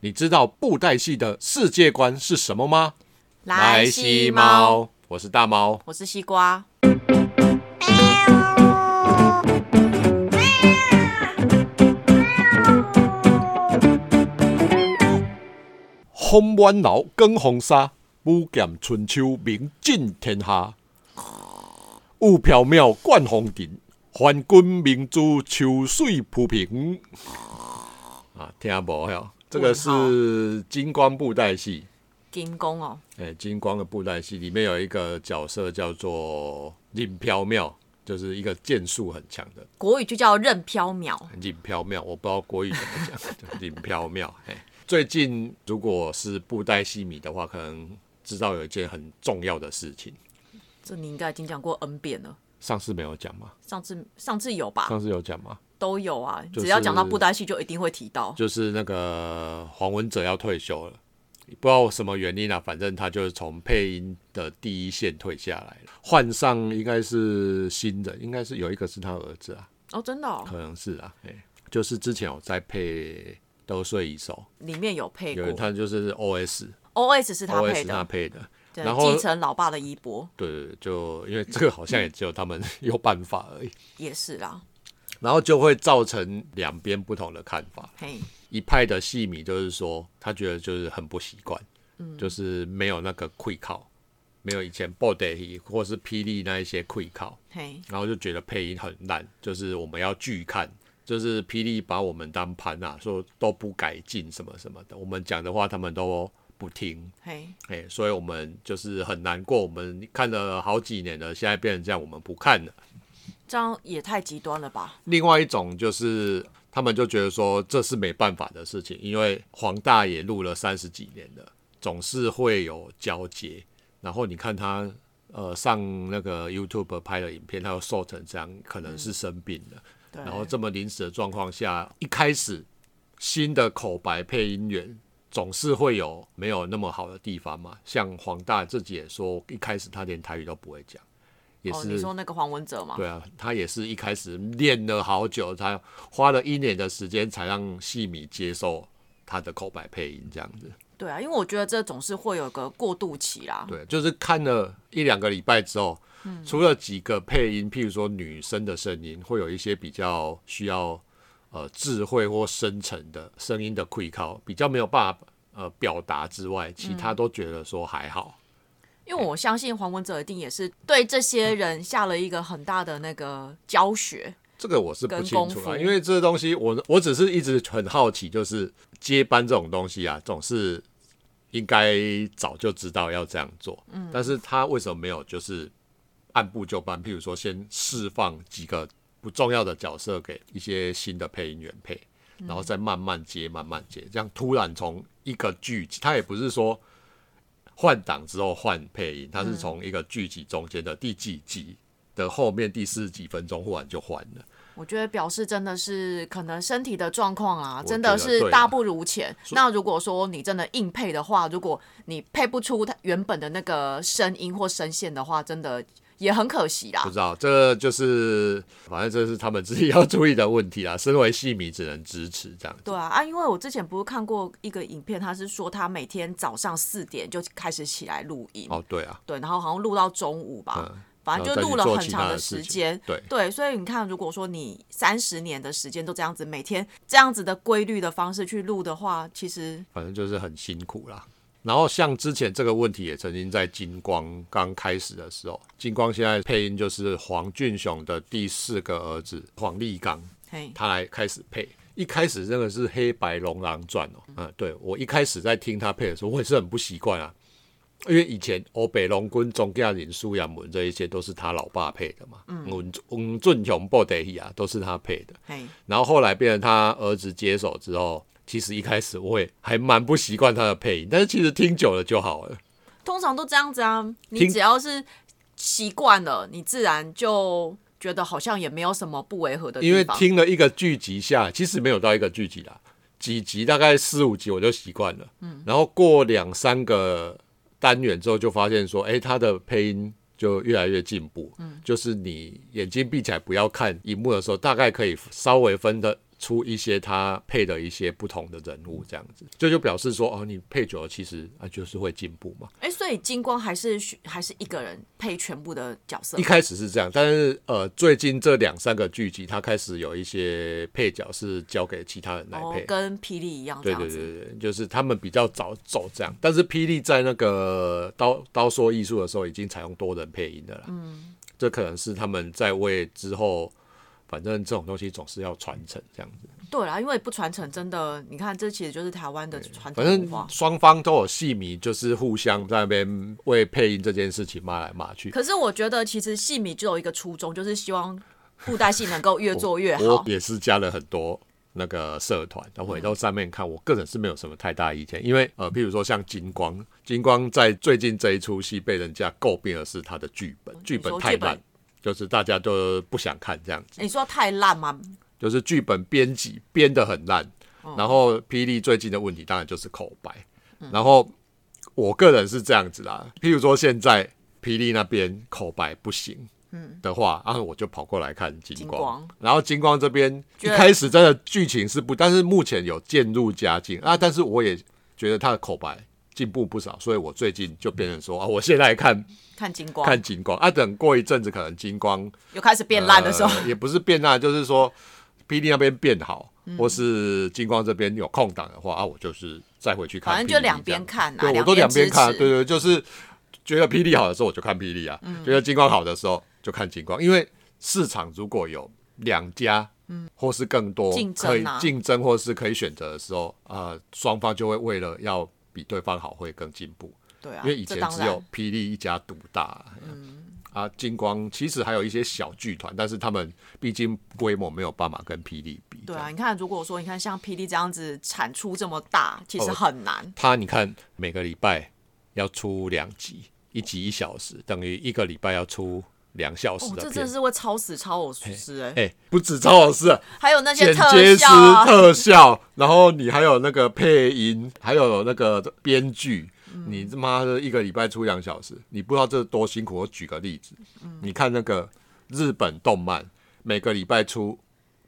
你知道布袋戏的世界观是什么吗？来西猫，，我是大猫。我是西瓜。风弯楼，卷风沙，舞剑春秋，名震天下。雾缥缈，冠红尘，还君明珠，秋水浮萍。啊，听无哟？这个是金光布袋戏，金工哦，哎，金光的布袋戏里面有一个角色叫做任缥缈，就是一个剑术很强的国语就叫任缥缈。任缥缈。我不知道国语怎么讲，就任缥缈。嘿，最近如果是布袋戏迷的话，可能知道有一件很重要的事情，这你应该已经讲过 N 遍了。上次没有讲吗？上次上次有吧，上次有讲吗？都有啊。嗯就是只要讲到布袋戏，就一定会提到。就是那个黄文哲要退休了。不知道什么原因啊，反正他就是从配音的第一线退下来了，换上应该是新人，应该是有一个是他儿子啊，哦，真的、哦，可能是啊，哎、就是之前有在配《都睡一首里面有》，配有过。他就是 OS，OS OS 是他配他的，配的，对，然后继承老爸的衣钵对对，对就因为这个好像也只有他们 有办法而已，也是啦。然后就会造成两边不同的看法，嘿，一派的戏迷就是说他觉得就是很不习惯，嗯就是没有那个溃靠，没有以前 body 或是霹雳那一些溃靠。嘿，然后就觉得配音很烂，就是我们要拒看，就是霹雳把我们当盘啊，说都不改进什么什么的，我们讲的话他们都不听，嘿，哎、所以我们就是很难过，我们看了好几年了，现在变成这样，我们不看了。这样也太极端了吧？另外一种就是他们就觉得说这是没办法的事情，因为黄大也录了三十几年了，总是会有交接。然后你看他呃上那个 YouTube 拍的影片，他又瘦成这样，可能是生病了。对，哦然后这么临时的状况下，一开始新的口白配音员总是会有没有那么好的地方嘛。像黄大自己也说，一开始他连台语都不会讲，也哦，是、你说那个黄文哲嘛？对啊，他也是一开始练了好久，他花了一年的时间才让戏迷接受他的口白配音这样子。对啊，因为我觉得这总是会有个过渡期啦。对，就是看了一两个礼拜之后，除了几个配音，譬如说女生的声音，会有一些比较需要呃智慧或深沉的声音的溃靠，比较没有办法呃表达之外，其他都觉得说还好。因为我相信黄文哲一定也是对这些嗯人下了一个很大的那个教学。这个我是不清楚跟功啊，夫因为这东西我我只是一直很好奇，就是接班这种东西啊，总是应该早就知道要这样做，嗯，但是他为什么没有就是按部就班？譬如说，先释放几个不重要的角色给一些新的配音员配，嗯然后再慢慢接，慢慢接，这样突然从一个剧集，他也不是说换档之后换配音，他是嗯从一个剧集中间的第几集。的后面第四十几分钟忽然就换了，我觉得表示真的是可能身体的状况啊，我真的觉得是对啊大不如前。那如果说你真的硬配的话，如果你配不出它原本的那个声音或声线的话，真的也很可惜啦不。知道，这就是反正这是他们自己要注意的问题啦。身为戏迷，只能支持这样。对啊，啊，因为我之前不是看过一个影片，他是说他每天早上四点就开始起来录音，哦，对啊，对，然后好像录到中午吧，嗯反正然后就再去录了做很其长他的事时情间。对对，所以你看，如果说你三十年的时间都这样子，每天这样子的规律的方式去录的话，其实反正就是很辛苦啦。然后像之前这个问题也曾经在金光刚开始的时候，金光现在配音就是黄俊雄的第四个儿子黄立刚，嘿，他来开始配。一开始真的是黑白龙狼传哦，嗯，对我一开始在听他配的时候，我也是很不习惯啊，因为以前欧北龙君、钟亚林、苏亚文这一些都是他老爸配的嘛，嗯，文文俊雄、布袋戏啊都是他配的，嘿，然后后来变成他儿子接手之后，其实一开始我也还蛮不习惯他的配音，但是其实听久了就好了。通常都这样子啊。你听只要是习惯了，你自然就觉得好像也没有什么不违和的地因为方。听了一个剧集下来，其实没有到一个剧集啦，几集大概四五集我就习惯了。嗯，然后过两三个单元之后，就发现说，哎，他的配音就越来越进步。嗯，就是你眼睛闭起来不要看荧幕的时候，大概可以稍微分的出一些他配的一些不同的人物，这样子，这就表示说，哦，你配久了，其实啊就是会进步嘛。哎、所以金光还是需还是一个人配全部的角色一，开始是这样，但是呃，最近这两三个剧集，他开始有一些配角是交给其他人来哦配，，跟霹雳一样这对样对子。对对，就是他们比较早走这样，但是霹雳在那个刀刀说艺术的时候已经采用多人配音的啦。嗯，这可能是他们在为之后，反正这种东西总是要传承这样子。对啦，因为不传承真的，你看这其实就是台湾的传统反文正化。双方都有戏迷，就是互相在那边为配音这件事情骂来骂去。可是我觉得其实戏迷就有一个初衷，就是希望布袋戏能够越做越我好。也是加了很多那个社团，然后回到上面看，我个人是没有什么太大意见，因为呃，譬如说像金光，金光在最近这一出戏被人家诟病的是他的剧本，剧本太剧本烂，就是大家都不想看这样子，你说太烂吗？就是剧本编辑编得很烂，哦然后霹雳最近的问题当然就是口白，然后我个人是这样子啦，譬如说现在霹雳那边口白不行。的话，然、啊、后我就跑过来看金嗯金光，光然后金光这边一觉得开始真的剧情是不，但是目前有渐入佳境啊，但是我也觉得他的口白进步不少，所以我最近就变成说啊，我现在看看金光看金光啊，等过一阵子可能金光又开始变烂的时候，呃也 不是变烂，就是说 P D 那边变好，嗯或是金光这边有空档的话啊，我就是再回去看 PD 这样，反正就两边看啊，对我都两边边看，支持对对，就是觉得霹雳好的时候我就看霹雳啊，嗯觉得金光好的时候就看金光，因为市场如果有两家，嗯，或是更多竞争可以啊竞争或是可以选择的时候，啊，双方就会为了要比对方好，会更进步。对啊，因为以前这当只然嗯有霹雳一家独大，啊，金光其实还有一些小剧团，但是他们毕竟规模没有办法跟霹雳比。这对啊，样，你看，如果说你看像霹雳这样子产出这么大，其实哦很难。他你看每个礼拜要出两集，一集一小时，等于一个礼拜要出两小时哦，的这真片的。是会超死超偶师哎、哎、不止张老师，还有那些剪特接师、效啊，特效，然后你还有那个配音，还有那个编剧，嗯你他妈的一个礼拜出两小时，你不知道这多辛苦。我举个例子，嗯你看那个日本动漫，每个礼拜出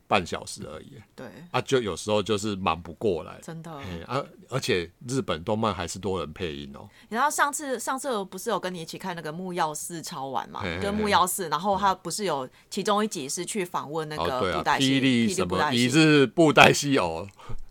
半小时而已，对，啊，就有时候就是忙不过来。真的。哎啊，而且日本动漫还是多人配音哦，然后上次上次我不是有跟你一起看那个木曜四超玩嘛嘿嘿，嘿就木曜四，然后他不是有其中一集是去访问那哦个对啊布，袋戏，霹雳什布么袋一戏，日布袋戏偶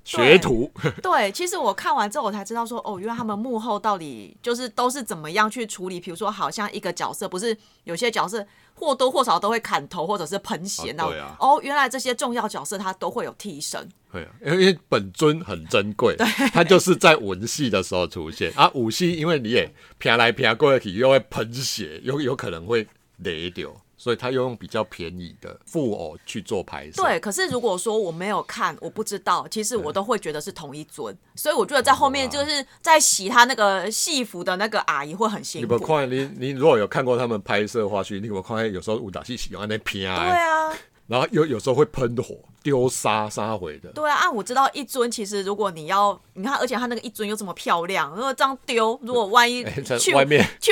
对学徒，对，其实我看完之后，我才知道说，哦，原来他们幕后到底就是都是怎么样去处理。比如说，好像一个角色，不是有些角色或多或少都会砍头或者是喷血哦那种。对啊哦，原来这些重要角色他都会有替身。对啊，因为因为本尊很珍贵，它就是在文戏的时候出现啊。武戏因为你也飘来飘过去，又会喷血，有有可能会雷掉，所以他又用比较便宜的布偶去做拍摄。对，可是如果说我没有看，我不知道，其嗯实我都会觉得是同一尊。所以我觉得在哦后面就是在洗他那个戏服的那个阿姨会很你辛们苦。看你你如果有看过他们拍摄花絮，你有没有看有时候武打戏喜欢那飘对，啊，然后有有时候会喷火丢沙沙回的，对啊，啊，我知道一尊其实如果你要，你看，而且他那个一尊又这么漂亮，如果这样丢，如果万 一哎在去外面去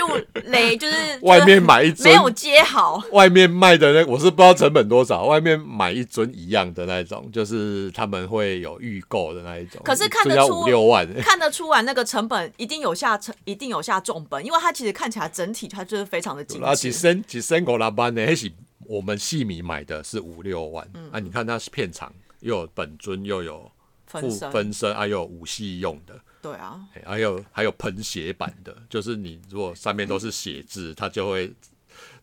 雷，就是外面买一 没尊有接好，外面卖的那我是不知道成本多少，外面买一尊一样的那一种，就是他们会有预购的那一种，可是看得就要出五六 万。 看得出来那个成本一定有下成，一定有下重本，因为它其实看起来整体它就是非常的精啊，一致。身一身五六万的，那是我们戏迷买的是五六万、嗯啊。你看它是片场又有本尊，又有分副身分身，啊，又有武戏用的，对啊，哎还有还有喷血版的，就是你如果上面都是血字，它就会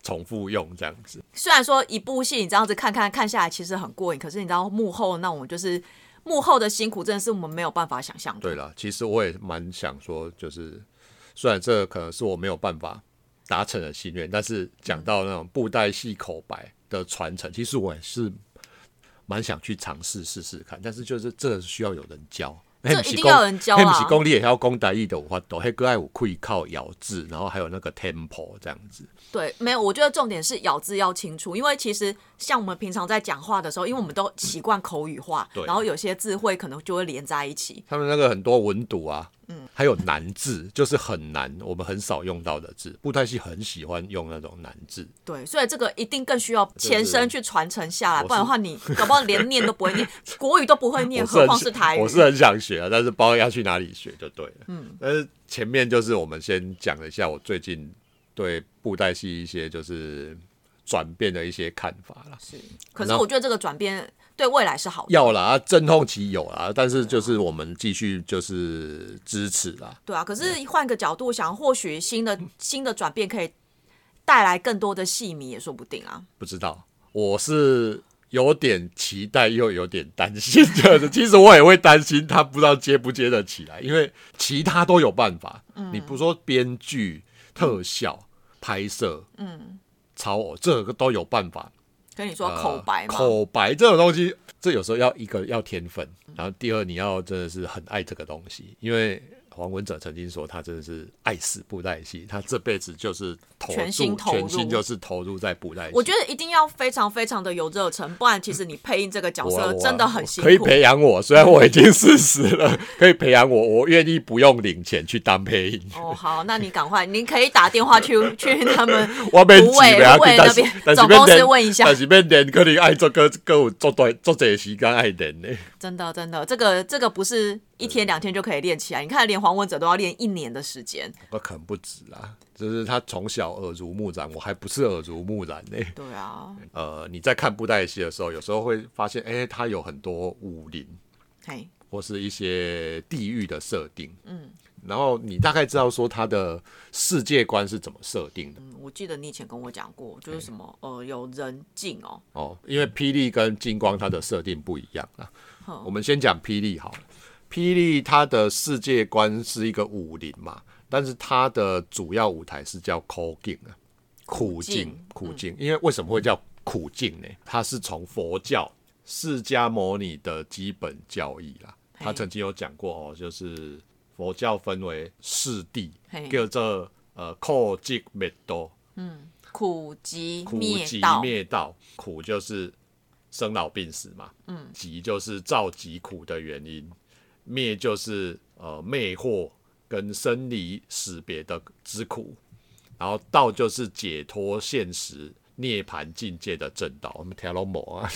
重复用这样子。虽然说一部戏你这样子看看看下来其实很过瘾，可是你知道幕后那种就是幕后的辛苦，真的是我们没有办法想象的。对了，其实我也蛮想说，就是虽然这可能是我没有办法达成的心愿，但是讲到那种布袋戏口白的传承，其实我也是蛮想去尝试试试看，但是就是这需要有人教。这一定要有人教嘿啦不是功力也要功台语的话，都嘿个爱有会靠咬字，然后还有那个 tempo 这样子。对，没有，我觉得重点是咬字要清楚，因为其实像我们平常在讲话的时候，因为我们都习惯口语化对，然后有些字会可能就会连在一起。他们那个很多文读啊，嗯，还有难字，就是很难，我们很少用到的字。布袋戏很喜欢用那种难字，对，所以这个一定更需要前对身去传承下来，是不然的话你搞不好连念都不 会念，国语都不会念，我何是况很是台语。我是很想学啊，但是不知道要去哪里学就对了。嗯，但是前面就是我们先讲了一下我最近对布袋戏一些就是转变的一些看法啦。是可是我觉得这个转变对未来是好的，要啦，啊阵痛期有啦，但是就是我们继续就是支持啦。对啊。可是换个角度想，或许新的新的转变可以带来更多的戏迷也说不定啊。不知道，我是有点期待又有点担心，就是 其实我也会担心他不知道接不接得起来，因为其他都有办法。嗯你不说编剧、特效、拍摄，嗯，超偶这个都有办法。跟你说口白嘛，呃口白这种东西，这有时候要一个要天分，嗯然后第二你要真的是很爱这个东西，因为黄文哲曾经说他真的是爱死布袋戏，他这辈子就是投入全心投入全心就是投入在布袋戏。我觉得一定要非常非常的有热忱，不然其实你配音这个角我色我真的很辛可以苦。培养我，虽然我已经四十了， 可以培养我，我愿意不用领钱去当配音。哦，好，那你赶快，你可以打电话去去他们我被芦苇芦苇那边总公司问一下但是面练可能爱做个个有做对做这时间爱练呢。真的，真的，这个这个不是一天两天就可以练起来。你看，连黄文哲都要练一年的时间。我可能不止啊，就是他从小耳濡目染，我还不是耳濡目染呢、对啊，呃，你在看布袋戏的时候，有时候会发现，哎、它有很多武林嘿，或是一些地域的设定，嗯，然后你大概知道说它的世界观是怎么设定的嗯我记得你以前跟我讲过，就是什么嗯呃，有人境哦，哦，因为霹雳跟金光它的设定不一样啊。哼我们先讲霹雳好了，霹雳它的世界观是一个武林嘛，但是它的主要舞台是叫 c o g i n 啊，苦境境，苦境。因为为什么会叫苦境呢？它是从佛教释迦牟尼的基本教义啦，嘿他曾经有讲过哦，就是佛教分为四谛嘿，叫做呃苦集灭道。苦集苦灭集道，灭道，苦就是生老病死嘛，嗯，集就是造疾苦的原因，灭就是呃魅惑跟生离死别的之苦，然后道就是解脱现实涅槃境界的正道，我们条龙魔啊，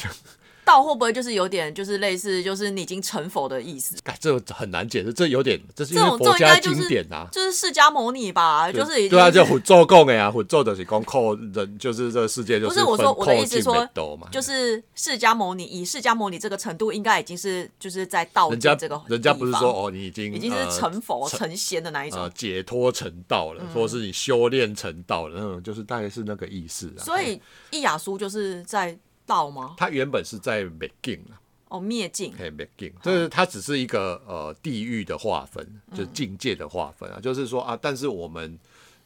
道会不会就是有点就是类似就是你已经成佛的意思？哎这很难解释，这有点这是因这为种佛这种应家该就经是典啊。就是释迦牟尼吧，就是已经对啊，就佛咒供的呀，佛咒的是讲靠人，就是这个世界就不是分我说我的意苦思尽说灭道嘛，就是释迦牟尼，以释迦牟尼这个程度，应该已经是就是在道人家界哦这个人家地不是方说哦，你已经已经呃是成佛成仙的那一呃种，解脱成道嗯了，或是你修炼成道了，那种就是大概是那个意思啊。所以易雅苏就是在道吗？它原本是在 making 啊，哦，灭尽。嘿 making，就是它只是一个呃地域的划分，就是嗯境界的划分啊，就是说啊，但是我们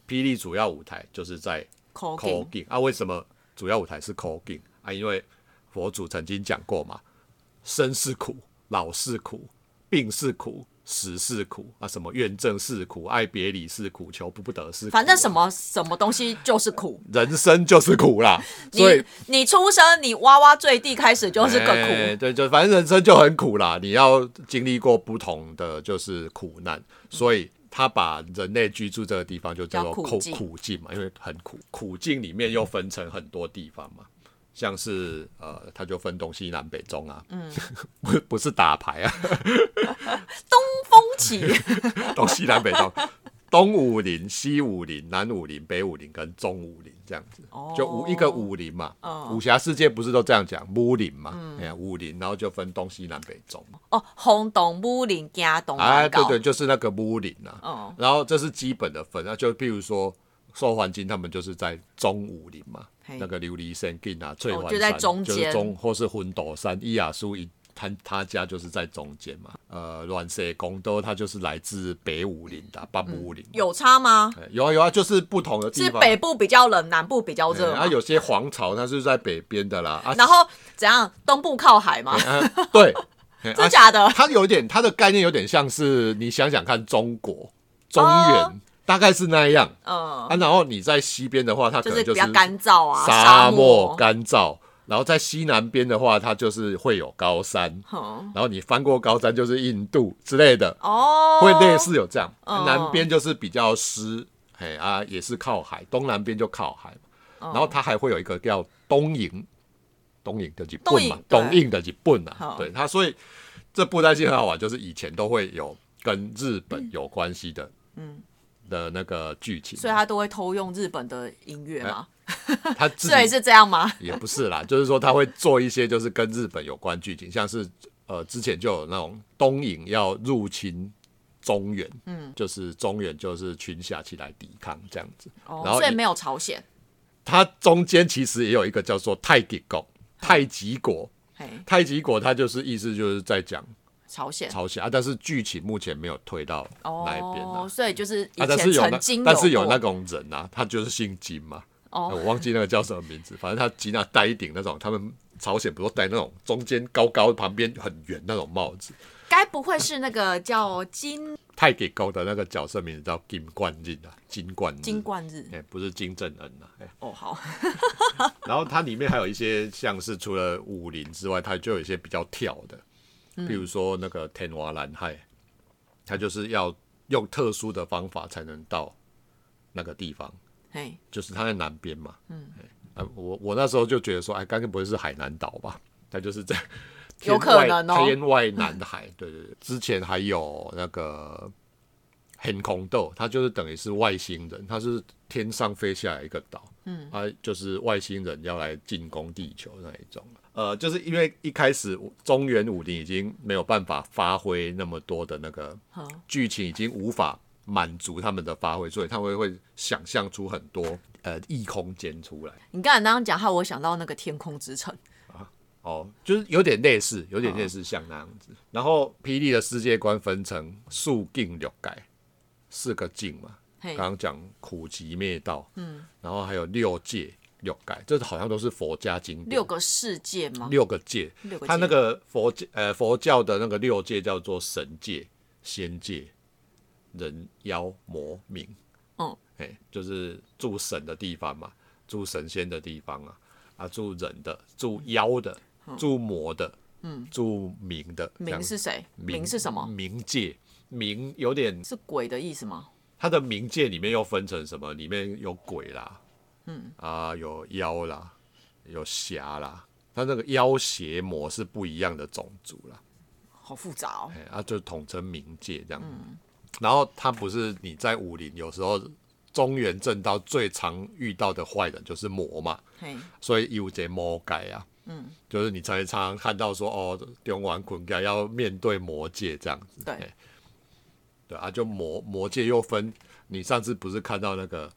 霹雳主要舞台就是在 c o c o g i n 啊，为什么主要舞台是 c o g i n 啊？因为佛祖曾经讲过嘛，生是苦，老是苦，病是苦。死是苦啊，什么怨憎是苦，爱别离是苦，求不得是苦啊、反正什么什么东西就是苦，人生就是苦啦， 你所以你出生你哇哇坠地开始就是个哎苦，对，就反正人生就很苦啦，你要经历过不同的就是苦难，所以他把人类居住这个地方就叫做嗯叫苦苦境苦境嘛，因为很苦，苦境里面又分成很多地方嘛。像是呃，他就分东西南北中啊，嗯， 不不是打牌啊，东风起， 东西南北中，东武林、西武林、南武林、北武林跟中武林这样子，哦就五一个武林嘛，哦武侠世界不是都这样讲武林嘛，嗯哎呀、武林，然后就分东西南北中，哦，轰动武林加东啊，南对高，对，就是那个武林啊，嗯然后这是基本的分，那啊就譬如说。寿环金他们就是在中武林嘛嘿，哦那个琉璃山境啊，翠环山、就在中间是中或是魂斗山，伊雅苏一他他家就是在中间嘛。呃，阮蛇公都他就是来自北武林的、北武林，有差吗？哎有啊有啊，就是不同的地嗯是方。北部比较冷，南部比较热然吗后、啊、有些皇朝它是在北边的啦，啊，然后怎样？东部靠海嘛，啊 对，嘿真啊假的？ 它有点它的概念有点像是你想想看，中国中哦原大概是那样嗯，啊，然后你在西边的话，它可就能是就比是较干燥啊，沙漠漠、干燥然后在西南边的话，它就是会有高山，哼，然后你翻过高山就是印度之类的，哦，会类似有这样。哦南边就是比较湿，哎啊，也是靠海，东南边就靠海嘛。哦然后它还会有一个叫东营，东营的日本嘛，东营东对印的日本啊好，对它，所以这布袋戏很好玩，就是以前都会有跟日本有关系的，嗯，的那个剧情，所以他都会偷用日本的音乐吗？它哎自所以己是这样吗？也不是啦，就是说他会做一些就是跟日本有关剧情，像是呃之前就有那种东瀛要入侵中原，嗯，就是中原就是群侠起来抵抗这样子，哦然，后所以也没有朝鲜，它中间其实也有一个叫做太极国，太极国，嘿，太极国它就是意思就是在讲朝鲜朝鲜啊，但是剧情目前没有推到那一边啊哦，。所以就是以啊，但前是有曾那经，但是有有那过种人啊，他就是姓金嘛，哎哦，我忘记那个叫什么名字，反正他吉娜戴一顶那种，他们朝鲜不是都戴那种中间高高，旁边很圆那种帽子。该不会是那个叫金太给高的那个角色名字叫金冠日啊，金冠日，金冠日？哎、不是金正恩啊。哎哦，好，然后它里面还有一些像是除了武林之外，它就有一些比较跳的，嗯比如说那个天娃兰海，它就是要用特殊的方法才能到那个地方。嘿，就是它在南边嘛，嗯，啊，我我那时候就觉得说，哎，刚刚不会是海南岛吧？它就是在有天可外能哦天外南海，对对对。之前还有那个很空豆，它就是等于是外星人，它是天上飞下来一个岛，嗯，它就是外星人要来进攻地球那一种。呃，就是因为一开始中原武林已经没有办法发挥那么多的那个好，剧情已经无法满足他们的发挥，所以他们会想象出很多呃异空间出来。你刚才那样讲，害我想到那个天空之城，哦，就是有点类似，有点类似像那样子。然后霹雳的世界观分成肃境、六改四个境嘛，嘿刚，刚讲苦集灭道，嗯，然后还有六界、六改，这好像都是佛家经典六。个世界吗？六个界，啊六个他那界个佛教呃佛教的那个六界叫做神界、仙界、人、妖、魔、冥。嗯，哎，就是住神的地方嘛，住神仙的地方啊，啊，住人的，住妖的，住魔的，嗯，住冥的。这样冥是谁？冥冥是什么？冥界，冥有点，是鬼的意思吗？它的冥界里面又分成什么？里面有鬼啦，嗯，啊，有妖啦，有侠啦。它那个妖邪魔是不一样的种族啦，好复杂哦。哎，啊，就统称冥界这样。然后他不是你在武林，有时候中原正道最常遇到的坏人就是魔嘛，嘿，所以有这魔改啊，嗯，就是你才常常看到说哦，中完捆改要面对魔界这样子，对哎，对啊，就魔魔界又分，你上次不是看到那个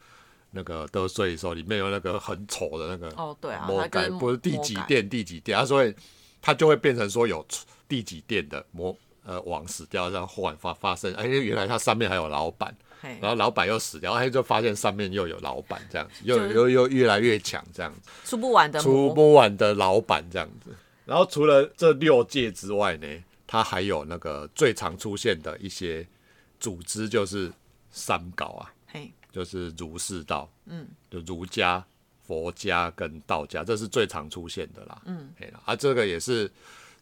那个得罪的时候，里面有那个很丑的那个哦对啊魔它就是改不是第几魔改殿第几殿啊，所以它就会变成说有第几殿的魔呃王死掉，然后忽然发发生，哎，原来它上面还有老板。嘿然，后老板又死掉，哎，就发现上面又有老板这样子，又就是又又越来越强这样子。出不完的出魔，不完的老板这样子。然后除了这六界之外呢，它还有那个最常出现的一些组织，就是三搞啊，嘿，就是儒释道，嗯，就儒家、佛家跟道家，这是最常出现的啦。嗯，啊，这个也是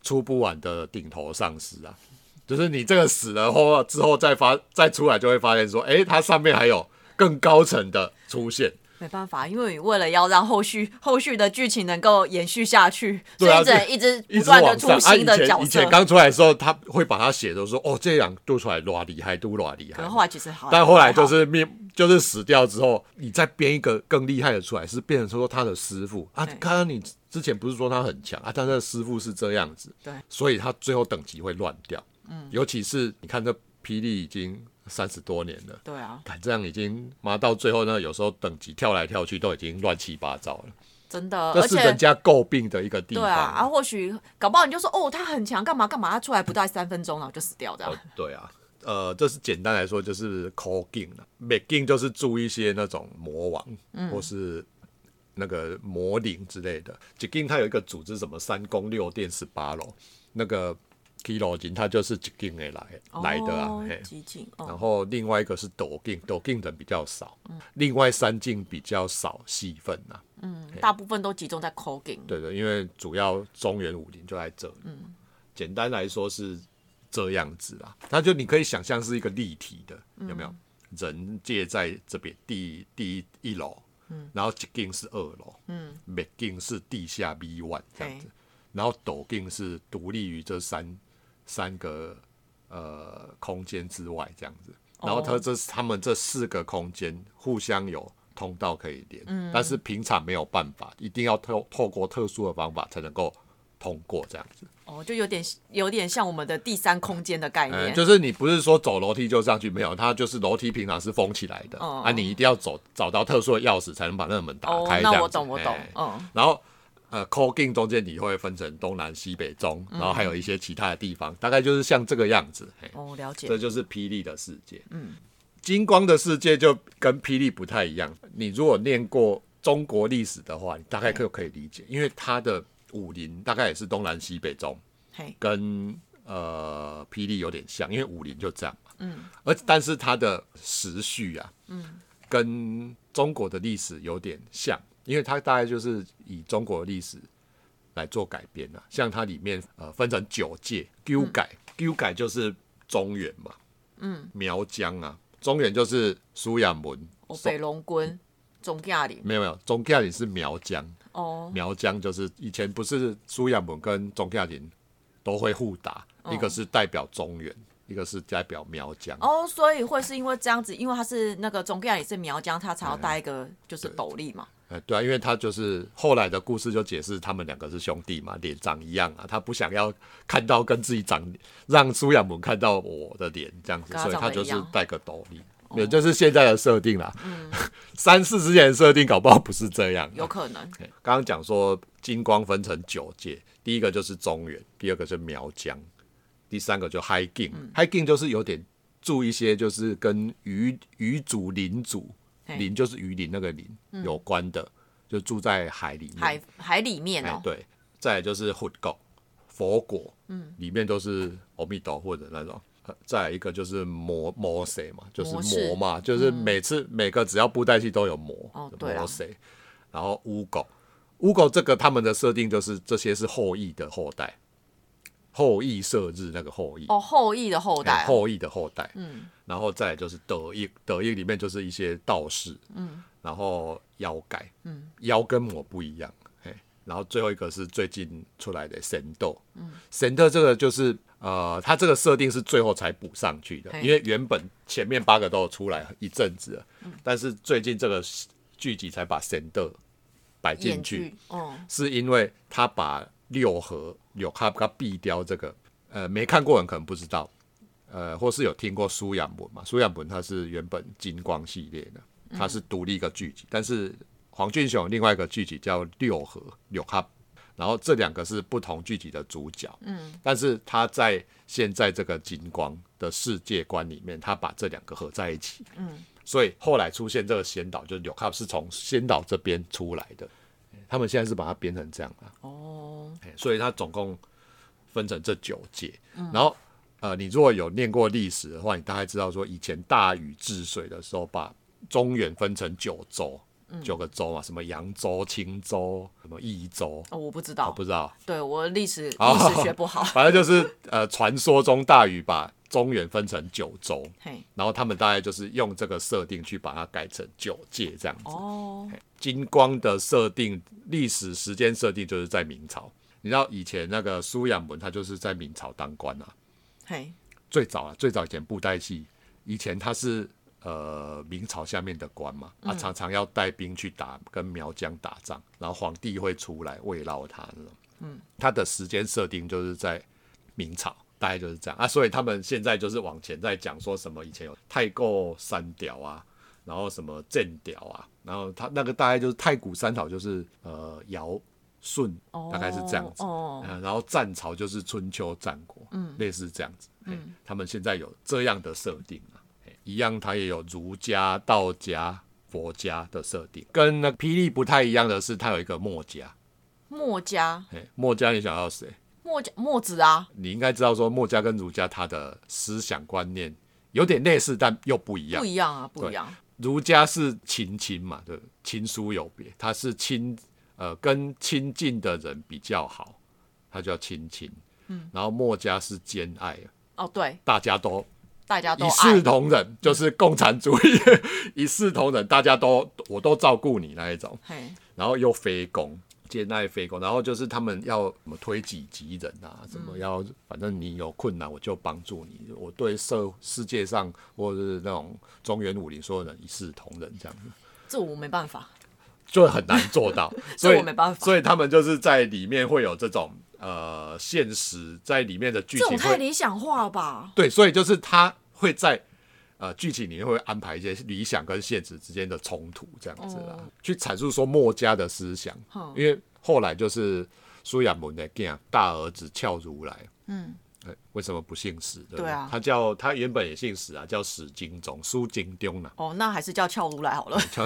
出不完的顶头上司啊，就是你这个死了后之后再发再出来，就会发现说，诶，它上面还有更高层的出现。没办法，因为你为了要让后续后续的剧情能够延续下去，对所以啊只能一直一直不断的往出上。啊，以新的前角以色前。刚出来的时候，他会把它写的说，哦，这样读出来多厉害，多多厉可害能。后来其实好，啊但后来就是灭，就是死掉之后，你再编一个更厉害的出来，是变成说他的师傅啊。对刚刚你之前不是说他很强啊，但他的师傅是这样子，对所以他最后等级会乱掉。嗯，尤其是你看这霹雳已经三十多年了。对啊，看这样已经妈到最后呢，有时候等级跳来跳去都已经乱七八糟了，真的，这呃而是且人家诟病的一个地对方。啊，啊，或许搞不好你就说哦，他很强，干嘛干嘛，他出来不到三分钟，然后就死掉这样哦。，对啊，呃，这是简单来说就是 call game 啦 m a k i n 就是住一些那种魔王，嗯或是那个魔灵之类的。j i g i n 它有一个组织，什么三宫六殿十八楼，那个 kilo 金，它就是几斤的来、来的啊。哦嘿集锦哦然后另外一个是斗镜，斗镜人比较少，另外三镜比较少戏份呐、啊。嗯大部分都集中在 c o g i n 对对，因为主要中原武林就在这里。简单来说是这样子啦，它就你可以想象是一个立体的，有没有？人界在这边第第一一楼，然后一镜是二楼，嗯，每镜是地下 B one 这样子，然后斗镜是独立于这三三个呃空间之外这样子。然后它这他们这四个空间互相有通道可以连，但是平常没有办法，一定要透透过特殊的方法才能够通过这样子。哦，就有点有点像我们的第三空间的概嗯、念，就是你不是说走楼梯就上去，没有，它就是楼梯平常是封起来的、哦啊，你一定要走找到特殊的钥匙才能把那个门打哦开。，这那样我子懂我懂哎，嗯，然后呃 c o g i n 中间你会分成东南西北中，嗯然后还有一些其他的地方，大概就是像这个样子。嘿哦，了解这，就是霹雳的世界。嗯，金光的世界就跟霹雳不太一样。你如果念过中国历史的话，你大概可可以理解，因为它的武林大概也是东南西北中，嘿，跟呃霹雳有点像，因为武林就这样嘛。嗯，而但是它的时序啊，嗯，跟中国的历史有点像，因为它大概就是以中国的历史来做改编啊。像它里面呃分成九界，九改、九改就是中原嘛，嗯，苗疆啊，中原就是苏亚文，哦，北龙棍总价里，没有没有，中亚也是苗疆，哦，苗疆就是以前不是苏亚文跟钟亚林都会互打，一个是代表中原，一个是代表苗疆。哦，所以会是因为这样子，因为它是那个总价里是苗疆，它才要带一哎个就是斗笠嘛，呃，对啊，因为他就是后来的故事就解释他们两个是兄弟嘛，脸长一样啊，他不想要看到跟自己长，让苏亚文看到我的脸这样子，跟他所以他长得就一是样哦嗯戴个斗笠。也就是现在的设定啦， 三四之前的设定搞不好不是这样啊，有可能，对刚刚讲说金光分成九界，第一个就是中原，第二个是苗疆，第三个就 hiking，hiking、hiking 嗯就是有点住一些就是跟鱼鱼族林族嘿嗯林就是鱼林那个林、有关的，就住在海里面。海海里面哎哦，，对，再来就是 hood 佛果，嗯，里面都是阿弥陀佛的那种。呃再来一个就是魔魔谁嘛，就是魔谁魔嘛，就是每次、每个只要布袋戏都有魔，嗯哦对啊魔谁，然后乌狗，乌狗这个他们的设定就是这些是后羿的后代，后羿射日那个后羿，哦，后羿的后代哎哦，后羿的后代，嗯，然后再来就是德义，德义里面就是一些道士，嗯，然后妖改，嗯，妖跟我不一样，哎，然后最后一个是最近出来的神斗，嗯，神斗这个就是呃，它这个设定是最后才补上去的嘿，因为原本前面八个都有出来一阵子了，但是最近这个剧集才把神斗摆进演去，剧，哦，是因为他把六合有他他壁雕这个，呃，没看过人可能不知道，呃，或是有听过苏养文嘛？苏养文他是原本金光系列的，他是独立一个剧集，但是黄俊雄有另外一个剧集叫六合有他，然后这两个是不同剧集的主角，嗯，但是他在现在这个金光的世界观里面，他把这两个合在一起，嗯。所以后来出现这个仙岛，就是柳卡是从仙岛这边出来的，他们现在是把它编成这样啦。哦，哎所以它总共分成这九届。然后呃，你如果有念过历史的话，你大概知道说以前大禹治水的时候，把中原分成九州，九个州嘛，什么扬州、青州、什么益州，哦，我不知我道，不知道，对我历史历哦史学 不好，反正就是呃，传说中大禹把中原分成九州。嘿，然后他们大概就是用这个设定去把它改成九界这样子。哦，金光的设定，历史时间设定就是在明朝。你知道以前那个苏养文，他就是在明朝当官啊，嘿，最早啊，最早以前布袋戏，以前他是呃明朝下面的官嘛，啊常常要带兵去打跟苗疆打仗，然后皇帝会出来慰劳他那种。嗯，他的时间设定就是在明朝，大概就是这样啊，所以他们现在就是往前在讲说什么以前有太构三屌啊。然后什么正屌啊，然后他那个大概就是太古三岛，就是呃尧舜，大概是这样子。哦，嗯，然后战朝就是春秋战国，嗯，类似这样子。嗯，他们现在有这样的设定啊，嘿一样，它也有儒家、道家、佛家的设定，跟那个霹雳不太一样的是，它有一个墨家。墨家嘿，墨家你想要谁？墨墨子啊，你应该知道说墨家跟儒家他的思想观念有点类似，但又不一样不。一样啊，不一样。儒家是亲亲嘛，对，亲疏有别，他是亲呃跟亲近的人比较好，他叫亲亲。嗯，然后墨家是兼爱，啊哦，对，大家都大家都一视爱，嗯同仁，就是共产主义 一视同仁，大家都我都照顾你那一种。嘿，然后又非攻，兼爱非攻，然后就是他们要什么推己及人嗯啊，什么要、反正你有困难我就帮助你，我对社世界上或者是那种中原武林所有人一视同仁 这样子。这我没办法。就很难做 到，所这以我没办法所以他们就是在里面会有这种呃现实在里面的剧这种情太会理想化了吧？对，所以就是他会在呃剧情里面会安排一些理想跟现实之间的冲突这样子啦，哦去阐述说墨家的思想，哼因为后来就是苏亚文的 g 大儿子俏如来，嗯呃，为什么不姓史？对不对对啊他叫他原本也姓史啊，叫史金忠，苏金忠啊。哦，那还是叫俏如来好 了， 叫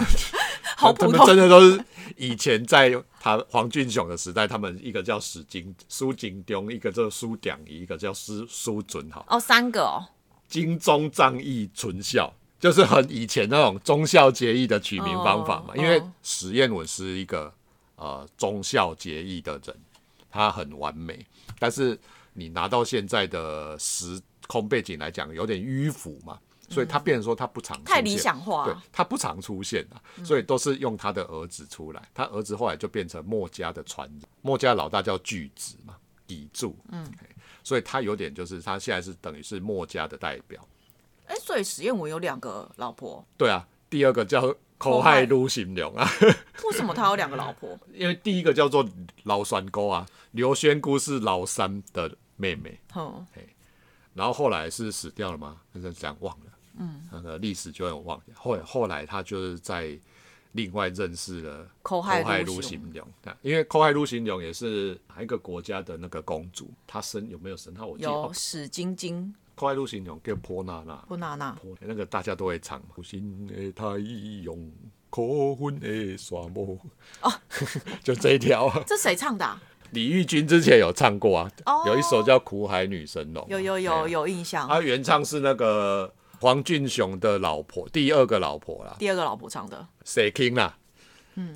好他普们通真。的都是以前在他黄俊雄的时代，他们一个叫史金苏金忠，一个叫苏鼎仪，一个叫苏苏准好，哦，三个哦，金钟仗义存孝，就是很以前那种忠孝节义的取名方法嘛。哦因为哦史彦文是一个呃忠孝节义的人，他很完美，但是你拿到现在的时空背景来讲，有点迂腐嘛，所以他变成说他不常出现嗯太理想化对啊。他不常出现啊，所以都是用他的儿子出来。他儿子后来就变成墨家的传人，墨家老大叫巨子嘛，乙柱，嗯，所以他有点就是他现在是等于是墨家的代表。哎、所以实验文有两个老婆，对啊，第二个叫口害撸行龙啊，为什么他有两个老婆？因为第一个叫做老栓沟啊，刘宣姑是老三的妹妹，哼，然后后来是死掉了吗？那是这样忘了，嗯，那个历史就很忘了。后后来他就是在另外认识了口海陆陆行行龙，啊因为寇海陆行龙也是哪一个国家的那个公主，她生有没有生她？我记有得哦史晶晶、寇海陆行龙跟波娜娜，布娜娜，波那个大家都会唱嘛。心的太阳，可恨的沙漠，哦就这一条啊。这谁唱的啊、 李翊君之前有唱过啊，哦有一首叫《苦海女神龙》啊，有有哎呀有有印象，他原唱是那个黄俊雄的老婆，第二个老婆啦第二个老婆唱的。 ，Say King 啦。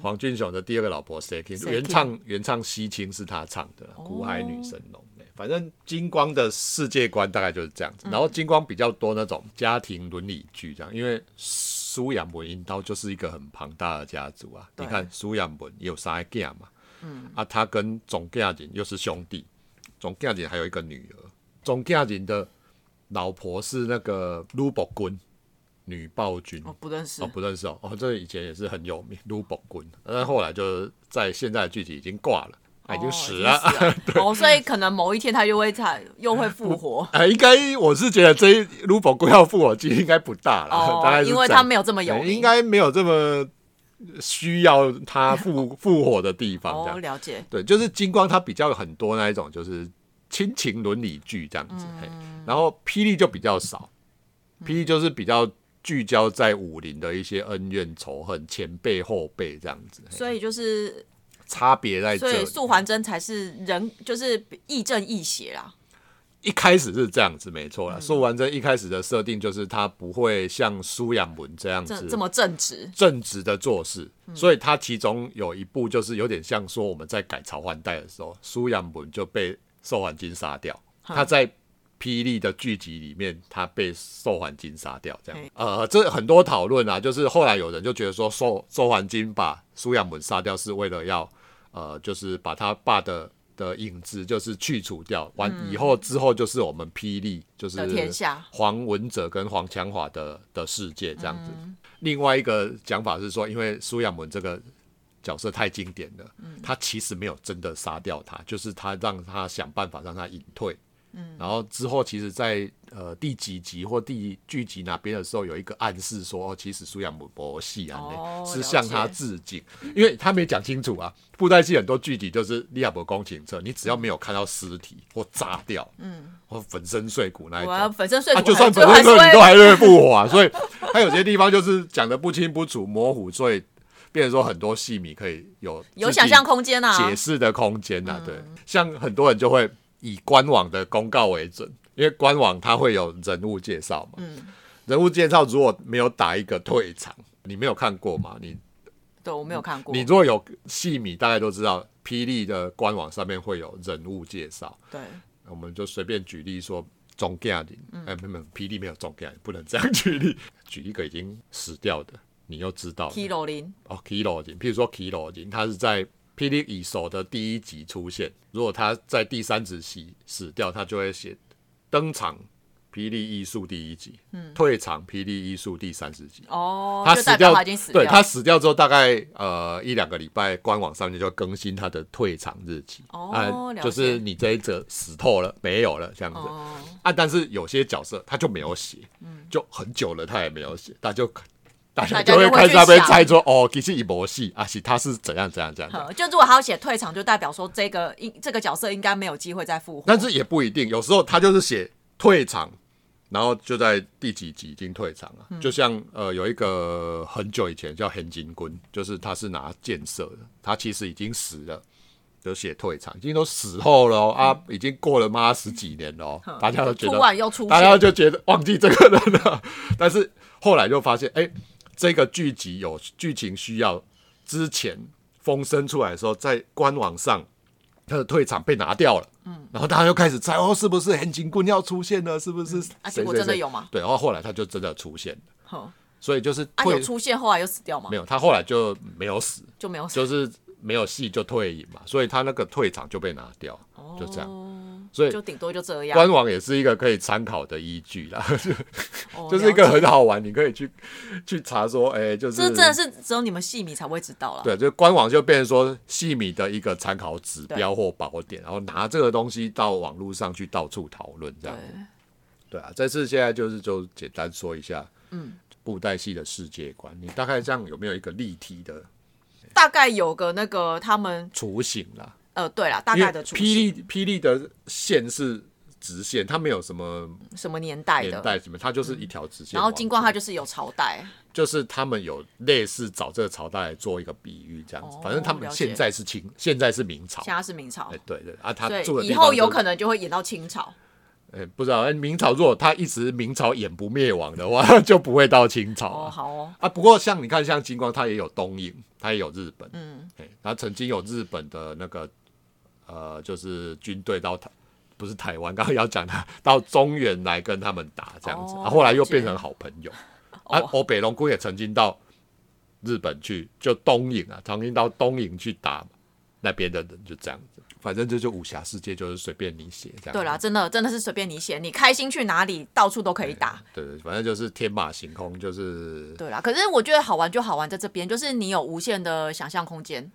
黄俊雄的第二个老婆 Say King， Say 原唱原唱西青是他唱的《苦海女神龙》哎反正金光的世界观大概就是这样子，然后金光比较多那种家庭伦理剧这样，因为苏养文银刀就是一个很庞大的家族啊。你对看苏养文也有三个囝嘛，啊，他跟总家人又是兄弟，总家人还有一个女儿，总家人的老婆是那个卢伯君，女暴君。我不认识哦，，不认识哦，哦，这以前也是很有名，卢伯君，但后来就是在现在的剧集已经挂了，啊他已经死了。 哦已经死了哦，所以可能某一天他又会再又会复活啊，应该我是觉得这一卢伯君要复活机应该不大了，哦大概，是因为这样他没有这么有哎名。应该没有这么需要他 复复活的地方。这哦，样哎了解。对，就是金光它比较有很多那一种就是亲情伦理剧这样子，嘿，嗯然后霹雳就比较少，霹雳就是比较聚焦在武林的一些恩怨仇恨、前辈后辈这样子，嘿所以就是，差别在所哎这以里。素还真才是人，就是亦正亦邪啦。一开始是这样子，没错啦。嗯素完真一开始的设定就是他不会像苏养文这样这子这么嗯正直，正直的做事，所以他其中有一部就是有点像说我们在改朝换代的时候，苏阳文就被寿环金杀掉，他在霹雳的剧集里面，他被寿环金杀掉，这样嘿，呃，这很多讨论啊，就是后来有人就觉得说寿寿环金把苏阳文杀掉是为了要，呃，就是把他爸的。的影子就是去除掉，完以后之后就是我们霹雳就是嗯的天下黄文哲跟黄强华的的世界这样子，嗯另外一个讲法是说，因为苏亚文这个角色太经典了，嗯他其实没有真的杀掉他，就是他让他想办法让他隐退。嗯，然后之后其实在，呃第几集或第剧集哪边的时候，有一个暗示说，哦，其实苏亚文博戏啊，哦是了向他解致敬，因为他没讲清楚啊。布袋戏很多剧集就是利亚伯宫廷车，你只要没有看到尸体或炸掉，嗯，或粉身碎骨那一我种，要粉身碎他骨，啊就算最本后会还是说你都会还是会复活啊，所以他有些地方就是讲的不清不楚、模糊，所以变成说很多戏迷可以有有自己想象空间啊。解释的空间呐、对，像很多人就会以官网的公告为准，因为官网它会有人物介绍嘛。嗯，人物介绍如果没有打一个退场，你没有看过嘛？你对我没有看过你，如果有戏迷，大概都知道，霹雳的官网上面会有人物介绍。对，我们就随便举例说总驾林，哎、没有没有，霹雳没有总驾，不能这样举例。 举一个已经死掉的，你又知道了 k i l o 林，哦，Kilo 林，譬如说 Kilo 林，他是在《霹雳蚁手》的第一集出现。如果他在第三集死死掉，他就会写登场《霹雳艺术》第一集，嗯，退场《霹雳艺术》第三十集。哦，他就死代表掉，他已经死掉对了，他死掉之后，大概呃一两个礼拜，官网上面就更新他的退场日期。哦啊了解就是你这一则死透了，没有了这样子。哦嗯啊，但是有些角色他就没有写，就很久了他也没有写，大家就大家大家就会就会开始去在那边想猜说，哦，其实一模戏啊，是他是怎样怎样怎样。怎样呃就如果他要写退场，就代表说这个应这个角色应该没有机会再复活。但是也不一定，有时候他就是写退场，然后就在第几集已经退场了。就像呃，有一个很久以前叫黑金棍，就是他是拿箭射的，他其实已经死了。就写退场，已经都死后了、哦、啊，已经过了妈十几年了、嗯哦，大家都觉得突然又出现大家就觉得忘记这个人了。但是后来就发现，哎、这个剧集有剧情需要，之前风声出来的时候，在官网上他的退场被拿掉了，嗯，然后大家又开始猜，哦，是不是黑金棍要出现了？是不是谁？啊结果谁真的谁有吗对，然后后来他就真的出现了，哼所以就是啊，退、有出现后来又死掉吗没？有，他后来就没有死，就没有死，就是没有戏就退隐嘛，所以他那个退场就被拿掉，就这样，样，所以哦就顶多就这样，官网也是一个可以参考的依据啦，哦就是一个了解很好玩，你可以去去查说，哎、就是这真的是只有你们戏迷才会知道了。对，就官网就变成说细米的一个参考指标或宝典，然后拿这个东西到网络上去到处讨论这样子。对啊，这次现在就是就简单说一下，嗯，布袋戏的世界观，你大概这样有没有一个立体的大概有个那个他们雏形啦？呃，对啦，大因为概的出霹雳霹雳的线是直线，它没有什么什么年代年的，嗯代什么，它就是一条直线然往。后金光它就是有朝代，就是他们有类似找这个朝代来做一个比喻这样子，哦反正他们了解现在是清，现在是明朝。现在是明朝哎，，对对啊，他住所的以地以方后有就是可能就会演到清朝。哎、不知道，哎明朝如果他一直明朝演不灭亡的话， 就不会到清朝哦，啊。好哦，啊不过像你看，像金光，他也有东瀛，他也有日本，嗯，哎、他曾经有日本的那个呃，就是军队到台，不是台湾，刚 刚要讲他到中原来跟他们打这样子，哦啊，后来又了解哦变成好朋友。啊，欧北龙姑也曾经到日本去，就东瀛啊，曾经到东瀛去打那边的人，就这样子。反正这就武侠世界，就是随便你写这样子。对啦，真的真的是随便你写，你开心去哪里，到处都可以打。对对，反正就是天马行空，就是对啦，可是我觉得好玩就好玩在这边，就是你有无限的想象空间。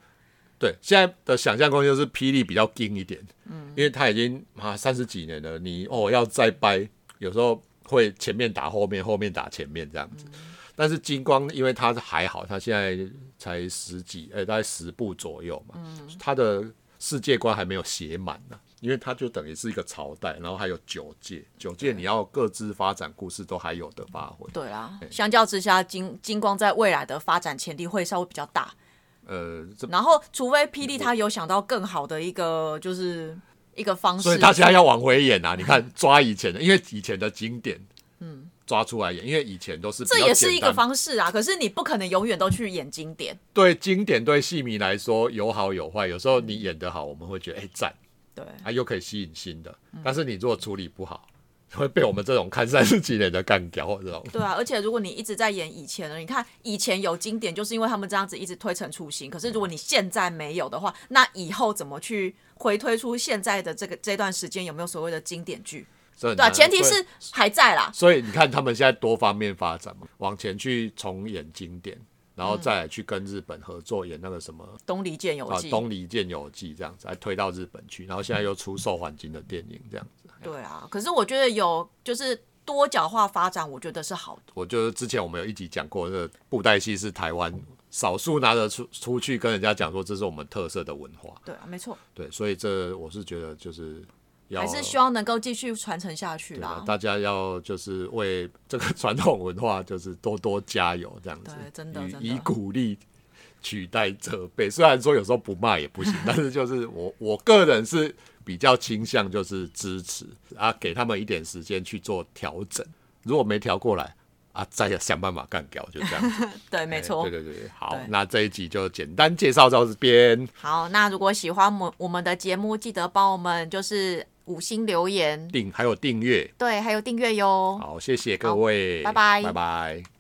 对。现在的想象空间就是霹雳比较硬一点，嗯，因为他已经啊三十几年了，你哦要再掰，有时候会前面打后面，后面打前面这样子。但是金光，因为他还好，他现在才十几，呃、大概十部左右嘛，他的世界观还没有写满呢、因为他就等于是一个朝代，然后还有九界，九界你要各自发展故事都还有的发挥，对啦，相较之下，金金光在未来的发展潜力会稍微比较大。呃，这然后，除非霹雳他有想到更好的一个，就是一个方式，所以大家要往回演啊！你 看，抓以前的，因为以前的经典，嗯，抓出来演，因为以前都是比较这也是一简个单方式啊。可是你不可能永远都去演经典，对经典对戏迷来说有好有坏。有时候你演得好，我们会觉得哎赞，对，啊又可以吸引新的。嗯但是你如果处理不好， 会被我们这种看三十几年的干掉或者这种。对啊。而且如果你一直在演以前的，你看以前有经典，就是因为他们这样子一直推陈出新。可是如果你现在没有的话，那以后怎么去回推出现在的这个这段时间有没有所谓的经典剧？这很对啊，难前提所以是还在啦。所以你看，他们现在多方面发展嘛，往前去重演经典，然后再来去跟日本合作演那个什么东离剑游啊嗯记， 《东离剑游记》这样子，还推到日本去，然后现在又出售环境的电影这样子。对啊。可是我觉得有就是多角化发展，我觉得是好的。我就是之前我们有一集讲过，这个布袋戏是台湾少数拿得出出去跟人家讲说这是我们特色的文化，对啊，没错，对，所以这我是觉得就是要还是希望能够继续传承下去对啊啦吧。大家要就是为 这个传统文化就是多多加油这样子，对真的以真的以鼓励取代责备。虽然说有时候不骂也不行，但是就是我我个人是比较倾向就是支持啊，给他们一点时间去做调整。如果没调过来啊，再想办法干掉，就这样子。对，没错。哎对对对，好对，那这一集就简单介绍到这边，好，那如果喜欢我我们的节目，记得帮我们就是五星留言，订还有订阅。对，还有订阅哟。好，谢谢各位，好拜拜拜拜。